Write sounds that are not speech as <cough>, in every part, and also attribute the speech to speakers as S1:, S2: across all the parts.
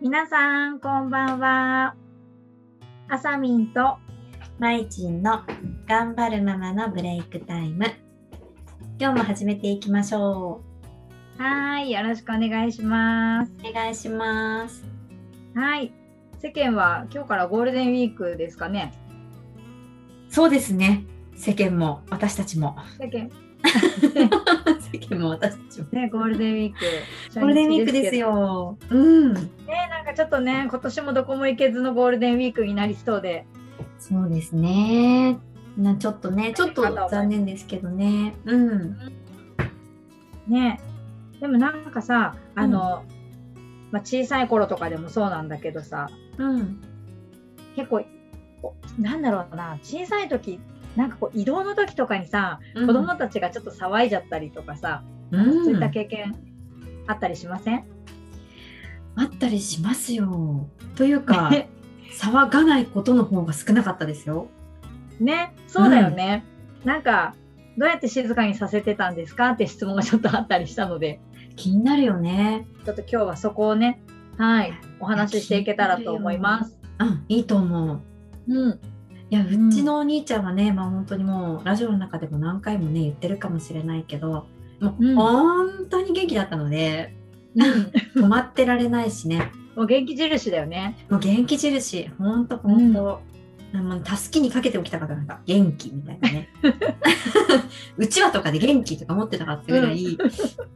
S1: 皆さんこんばんはあさみんと
S2: まいちんの頑張るママのブレイクタイム今日も始めていきましょ
S1: はいよろしくお願いします
S2: うお願いします
S1: はい世間は今日からゴールデンウィークですかね
S2: そうですね世間も私たちも
S1: 世間
S2: <laughs> 世間も私た <laughs> ちも
S1: ねゴールデンウィーク
S2: <laughs> ゴールデンウィークですようん
S1: 初日ですけどねなんかちょっとね今年もどこも行けずのゴールデンウィークになりそうで
S2: そうですねなちょっとねちょっと
S1: ありがとう
S2: 残念ですけどねうん
S1: ねでもなんかさあの、まあ、小さい頃とかでもそうなんだけどさ
S2: うん
S1: 結構こうなんだろうな小さい時なんかこう移動の時とかにさ
S2: 子
S1: 子供たちがちょっと騒いじゃったりとかさ、そういった経験あったりしません、
S2: あったりしますよというか騒がないことの方が少なかったですよ
S1: <laughs> ねそうだよね、なんかどうやって静かにさせてたんですかって質問がちょっとあったりしたので
S2: 気になるよね
S1: ちょっと今日はそこをねはいお話ししていけたらと思います。
S2: うんいいと思う
S1: うん、
S2: いやうちのお兄ちゃんはね、まあ本当にもうラジオの中でも何回もね言ってるかもしれないけどもう、
S1: うん
S2: 本当に元気だったの <laughs> で
S1: うん
S2: 止まってられないしね
S1: もう元気印だよね。
S2: もう元気印本当本当もう助けにかけておきたかったなんか元気みたいな <laughs> ねうちわとかで元気とか持ってたかってぐらい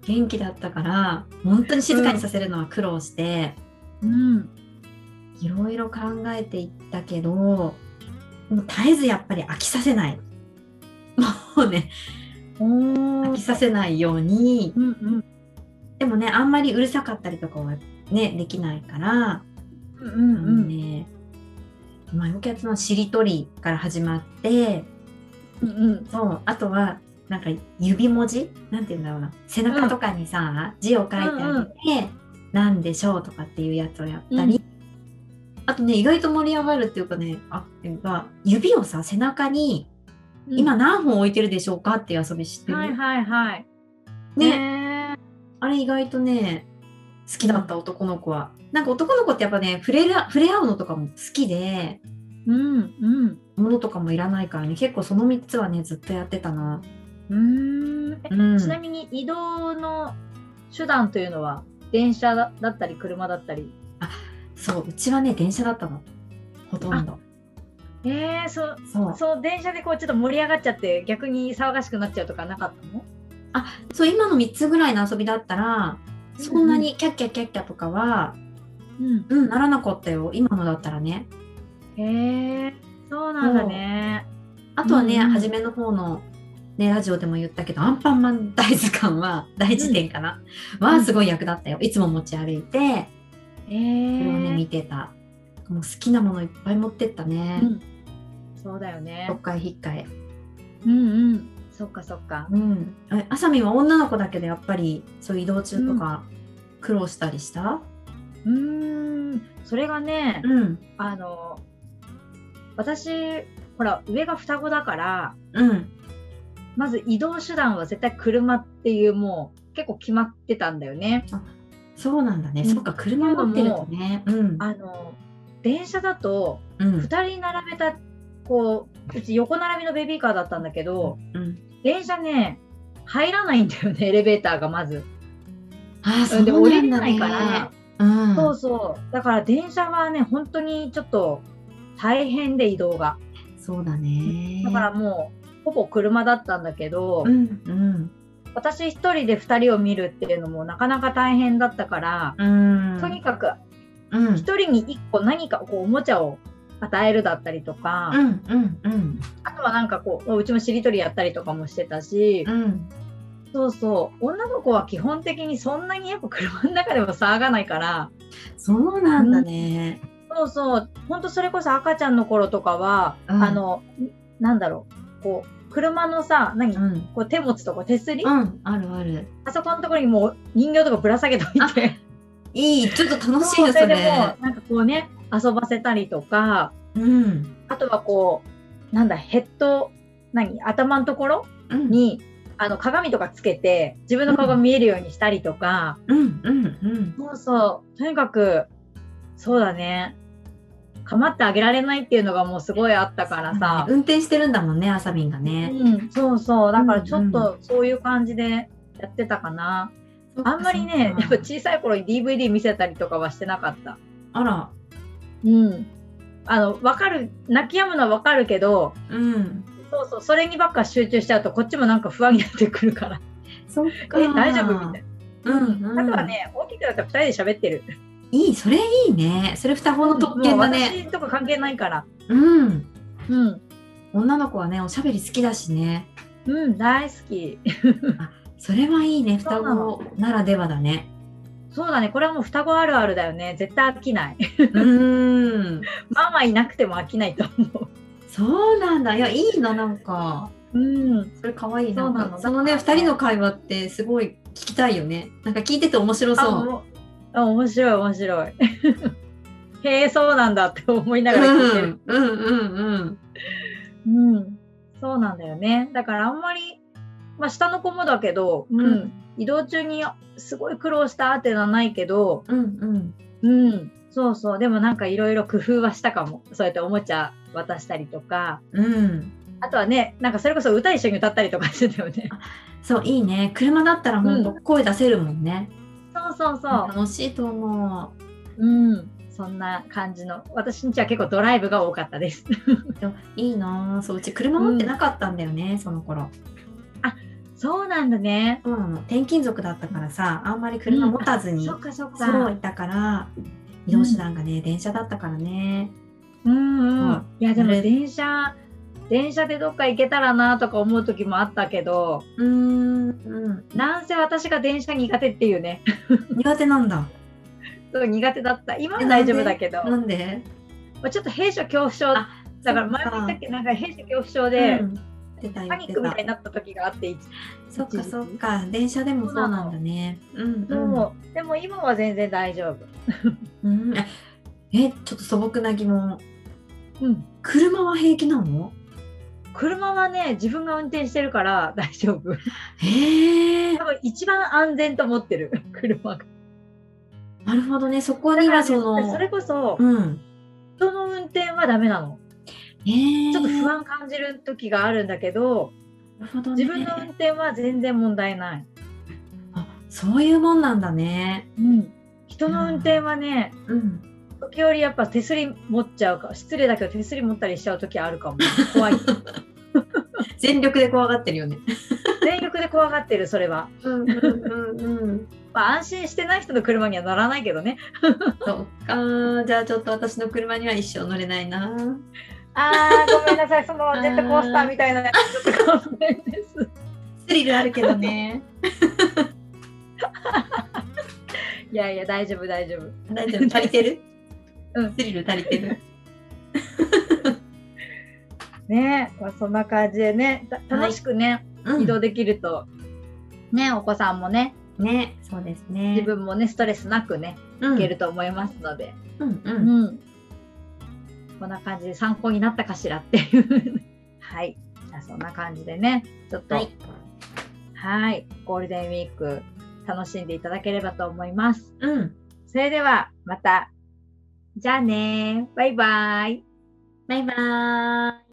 S2: 元気だったから本当に静かにさせるのは苦労して、
S1: うん、
S2: いろいろ考えていったけど、もう絶えずやっぱり飽きさせ <laughs> ない。もうね、
S1: お
S2: 飽
S1: ー
S2: きさせないように。
S1: うんうん
S2: でもね、あんまりうるさかったりとかはね、できないから、
S1: うん
S2: あ
S1: う
S2: の
S1: ん
S2: ね、まあ、よくやつのしりとりから始まって、
S1: うんうん
S2: そう、あとは、なんか指文字なんて言うんだろうな。背中とかにさ、字を書いてあげて、なんでしょうとかっていうやつをやったり、あとね、意外と盛り上がるっていうかね、あが指をさ、背中に、
S1: うん
S2: 今何本置いてるでしょうかっていう遊びしてる。
S1: はいはいはい。
S2: ね
S1: ね
S2: あれ意外とね、好きだった男の子は。なんか男の子ってやっぱね、触れる触れ合うのとかも好きで、
S1: うんうん
S2: 物とかもいらないからね、結構その3つはね、ずっとやってたな。
S1: うーんえ
S2: うん、
S1: ちなみに移動の手段というのは電車だだったり車だったり
S2: そう、うちはね、電車だったの。ほとんど。
S1: えー、そう
S2: そう
S1: そう電車でこうちょっと盛り上がっちゃって逆に騒がしくなっちゃうとかなかったの
S2: そう今の3つぐらいの遊びだったらそんなにキャッキャッキャッキャとかは、
S1: うん
S2: うん、ならなかったよ今のだったらね
S1: へえそうなんだね
S2: あとはね、
S1: うんうん
S2: 初めの方の、ね、ラジオでも言ったけどアンパンマン大図鑑は大辞典かな、はすごい役立ったよいつも持ち歩いて
S1: へ
S2: それをね
S1: え
S2: 見てたもう好きなものいっぱい持ってったね、
S1: うんそうだよね
S2: どっかへひっかへ
S1: うんうんそっかそっか
S2: うんえあさみんは女の子だけどやっぱりそういう移動中とか苦労したりした
S1: うーんそれがね
S2: うん
S1: あの私ほら上が双子だから
S2: うん
S1: まず移動手段は絶対車っていうもう結構決まってたんだよね。
S2: そうなんだね、
S1: うん
S2: そっか車持ってるとねうん
S1: あの電車だと
S2: うん
S1: 2人並べたこううち横並びのベビーカーだったんだけど
S2: うん
S1: 電車ね入らないんだよねエレベーターがまず。
S2: ああ、そ
S1: で
S2: う
S1: 降
S2: な
S1: りれ
S2: んだ
S1: な
S2: ね。
S1: いから、
S2: うん、
S1: そう
S2: そ
S1: そうだから電車はね本当にちょっと大変で移動が
S2: うだね。
S1: だから、もうほぼ車だったんだけど、
S2: うん、うん、
S1: 私1人で2人を見るっていうのもなかなか大変だったから、
S2: うん、
S1: とにかく
S2: うん、うん、
S1: 一人に一個何かこうおもちゃを与えるだったりとか、
S2: うん、うん、
S1: あとはなんかこううちもしりとりやったりとかもしてたし、
S2: うん、
S1: そうそう女の子は基本的にそんなにやっぱ車の中でも騒がないから
S2: そうなんだね。
S1: そうそうほんとそれこそ赤ちゃんの頃とかは、
S2: うん
S1: あのなんだろうこう車のさ何、
S2: うん、
S1: こう手持ちとか手すり、
S2: うん、あるある。
S1: あそこのところにもう人形とかぶら下げといて
S2: いい、ちょっと楽しい
S1: そう
S2: よ、
S1: <laughs> それ
S2: そ
S1: でもう
S2: れ。
S1: なんかこうね遊ばせたりとか
S2: うん、
S1: あとはこう、なんだ、ヘッド、何、頭のところ
S2: うん、
S1: に、あの鏡とかつけて、自分の顔が見えるようにしたりとか、
S2: うん、うん、うん。
S1: そうそう、とにかく、そうだね。構ってあげられないっていうのがもうすごいあったからさ。
S2: 運転してるんだもんね、あさみんが
S1: う
S2: ね。
S1: ん、そうそう。だからちょっ
S2: うん
S1: とそういう感じでやってたかな。あんまりね、やっぱ
S2: そっか
S1: 小さい頃に DVD 見せたりとかはしてなかった。
S2: あら、
S1: うん。あの、わかる、泣き止むのはわかるけど、
S2: うん。
S1: そうそう、それにばっか集中しちゃうと、こっちもなんか不安になってくるから。
S2: そっか。
S1: え、大丈夫みたいな。
S2: うんうん
S1: あとはね、大きくなったら2人で喋ってる。
S2: いい、それいいね。それ双子の特権だね。
S1: もう私とか関係ないから。
S2: うん。
S1: うん。
S2: 女の子はね、おしゃべり好きだしね。
S1: うん、大好き。
S2: それはいいね、
S1: そ
S2: 双
S1: うなの
S2: 子ならではだね。
S1: そうだね、これはもう双子あるあるだよね。絶対飽きない。 <laughs>
S2: うーん。
S1: ママいなくても飽きないと思
S2: そうなんだ。いや、いいな、なんか。
S1: う。うん。
S2: それ可愛いな。
S1: そうなの
S2: んかそのね、二人の会話ってすごい聞きたいよね。なんか聞いてて面白
S1: あ
S2: そう。
S1: もうあ面白い、面白い。 <laughs> へえ、そうなんだって思いな
S2: う
S1: がら聞いてる。
S2: ん、うん、うん、うん。
S1: うん、そうなんだよね。だからあんまり、まあ、下の子もだけど、うん
S2: うん
S1: 移動中にすごい苦労したっていうのはないけど、
S2: うん、うん。
S1: うん、そうそう、でもなんかいろいろ工夫はしたかも。そうやっておもちゃ渡したりとか、
S2: うん。
S1: あとはね、なんかそれこそ歌一緒に歌ったりとかしてたよね。
S2: そう、いいね。車だったら本当
S1: う
S2: 声出せるもんね。
S1: そうそうそう。
S2: 楽しいと思
S1: <laughs>
S2: う。
S1: うん、そんな感じの。私んちは結構ドライブが多かったです。 <laughs>
S2: でもいいなあそう、うち車持ってなかったんだよね、その頃。
S1: そうなんだね。
S2: そうなの。転勤族だったからさ、あんまり車持たずに、
S1: そっかそっか。
S2: そういたから、移動手段がね、電車だったからね。
S1: うんう
S2: は
S1: ん、いやでも
S2: ね
S1: 電車電車でどっか行けたらなとか思う時もあったけど
S2: うーん、うん。
S1: なんせ私が電車苦手っていうね <laughs>
S2: 苦手なんだ。
S1: そう苦手だった今は
S2: え
S1: 大丈夫だけど
S2: なんで
S1: ちょっと閉所恐怖症だ
S2: あ
S1: から前も言ったっけなんか閉所恐怖症で、
S2: うん出た
S1: パ
S2: 言っ
S1: ニ
S2: て
S1: ックみたい
S2: た
S1: になった時があって一時
S2: そっかそっか電車でもそうなんだねうん
S1: そううでも今は全然大丈夫
S2: んうんえちょっと素朴な疑問
S1: うん
S2: 車は平気なの
S1: 車はね自分が運転してるから <laughs> 大丈夫
S2: へえ
S1: 多分一番安全と思ってる <laughs> 車が
S2: なるほどねそこ
S1: だ
S2: に
S1: から
S2: は
S1: ね
S2: その
S1: それこそ
S2: うん
S1: 人の運転はダメなの
S2: へえ
S1: ちょっと不安感じる時があるんだけど、
S2: なるほどね
S1: 自分の運転は全然問題ない。
S2: あそういうもんなんだね
S1: うん、人の運転はね、
S2: うん
S1: 時折やっぱ手すり持っちゃうか、失礼だけど手すり持ったりしちゃう時あるかも。怖い。 <laughs>
S2: 全力で怖がってるよね
S1: 全力で怖がってる、それは。
S2: うんうんうんうん
S1: まあ、安心してない人の車には乗らないけどね。
S2: そっかじゃあちょっと私の車には一生乗れないな
S1: あー、ごめんな <laughs> さい、その
S2: ジェットコースターみ
S1: たいなやつ、ちょっとです。
S2: スリルあるけどね <laughs>
S1: いやいや、大丈夫、大丈夫。
S2: 大丈夫足りてる
S1: うん
S2: スリル足りてる
S1: ねまあ、そんな感じでね、た楽しくね、
S2: うん
S1: 移動できると、ね、お子さんもね、
S2: ね、そうですね。
S1: 自分もね、ストレスなくね、
S2: 分
S1: いける。と思いますので、
S2: うんう。
S1: うんん、こんな感じで参考になったかしらっていう。 <laughs> はい、じゃあそんな感じでね、ちょっと、
S2: は
S1: はい
S2: い、。
S1: ゴールデンウィーク楽しんでいただければと思います。
S2: うん。
S1: それではまた、じゃあねバイバイ。
S2: バイバーイ。